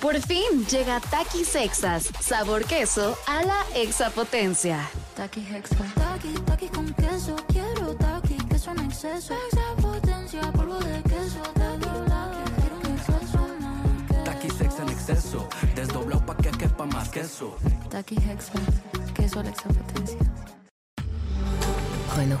Por fin llega Taqui Sexas, sabor queso a la exapotencia. Taqui Hexa. Taqui, taqui con queso. Quiero taqui, queso en exceso. Extra potencia, polvo de queso. Taqui, taqui, quiero un exceso más. Taqui sex en exceso, desdoblado pa' que quepa más queso. Taqui Hexa. Queso a la extra potencia. Renault.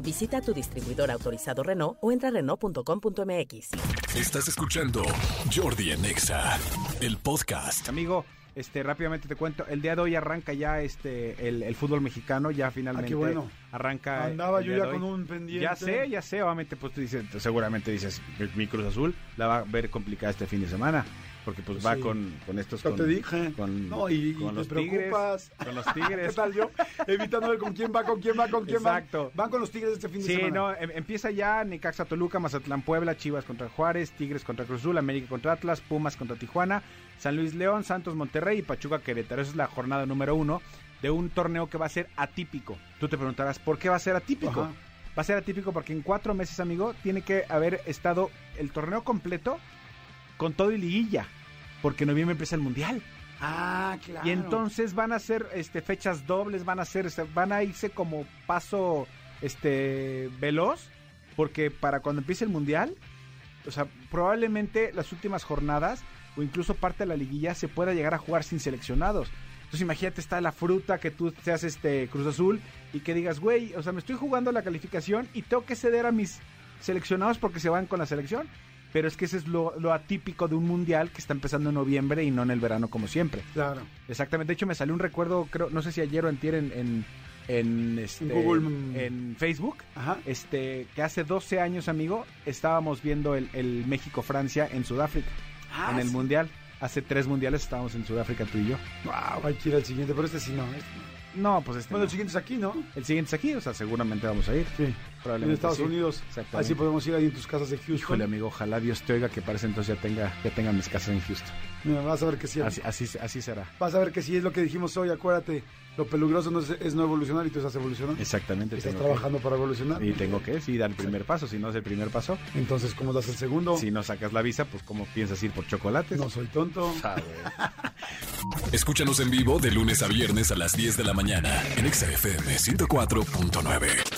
Visita tu distribuidor autorizado Renault o entra a renault.com.mx. Estás escuchando Jordi en Exa, el podcast. Amigo, este, rápidamente te cuento, el día de hoy arranca ya este el, el fútbol mexicano, ya finalmente Ah, qué bueno. arranca. Andaba el yo día ya de hoy. con un pendiente. Ya sé, ya sé, obviamente pues tú dices, tú seguramente dices, mi- mi Cruz Azul la va a ver complicada este fin de semana, porque pues, Pues va sí. con, con estos... Ya con, te dije. Con, No, y, y con te los tigres, preocupas. con los ¿Qué tigres. tal yo? Evitando ver con quién va, con quién va, con quién Exacto. va. Van con los Tigres este fin de Sí, semana. no, em- empieza ya Necaxa Toluca, Mazatlán Puebla, Chivas contra Juárez, Tigres contra Cruz Azul, América contra Atlas, Pumas contra Tijuana, San Luis León, Santos Monterrey y Pachuca Querétaro. Esa es la jornada número uno de un torneo que va a ser atípico. Tú te preguntarás, ¿por qué va a ser atípico? Ajá. Va a ser atípico porque en cuatro meses, amigo, tiene que haber estado el torneo completo con todo y liguilla, porque en noviembre empieza el Mundial. Ah, claro. Y entonces van a ser este, fechas dobles, van a ser, este, van a irse como paso este veloz, porque para cuando empiece el mundial, o sea, probablemente las últimas jornadas o incluso parte de la liguilla se pueda llegar a jugar sin seleccionados. Entonces imagínate está la fruta que tú seas este Cruz Azul y que digas, güey, o sea, me estoy jugando la calificación y tengo que ceder a mis seleccionados porque se van con la selección. Pero es que ese es lo, lo atípico de un mundial que está empezando en noviembre y no en el verano como siempre. Claro. Exactamente, de hecho me salió un recuerdo, creo, no sé si ayer o antier en, en, en, este, En Google, mm. en Facebook, Ajá. este, que hace 12 años, amigo, estábamos viendo el, el México-Francia en Sudáfrica, Ah, en el sí. Mundial. Hace tres mundiales estábamos en Sudáfrica tú y yo. Wow, hay que ir al siguiente, pero este sí no. este no. No, pues este Bueno, el no. siguiente es aquí, ¿no? el siguiente es aquí, o sea, seguramente vamos a ir. Sí. En Probablemente Estados sí. Unidos. Exactamente. Así podemos ir ahí en tus casas de Houston. Híjole, amigo, ojalá Dios te oiga que parece entonces ya tenga, ya tenga mis casas en Houston. Mira, vas a ver que sí. Así, así, así será. Vas a ver que sí es lo que dijimos hoy, acuérdate. Lo peligroso no es, es no evolucionar y tú estás evolucionando. Exactamente. Estás tengo que- trabajando para evolucionar. Y tengo que, sí, dar el primer paso. Si no es el primer paso, Entonces, ¿cómo das el segundo? Si no sacas la visa, pues ¿cómo piensas ir por chocolates? No soy tonto. Escúchanos en vivo de lunes a viernes a las 10 de la mañana en Exa FM 104.9.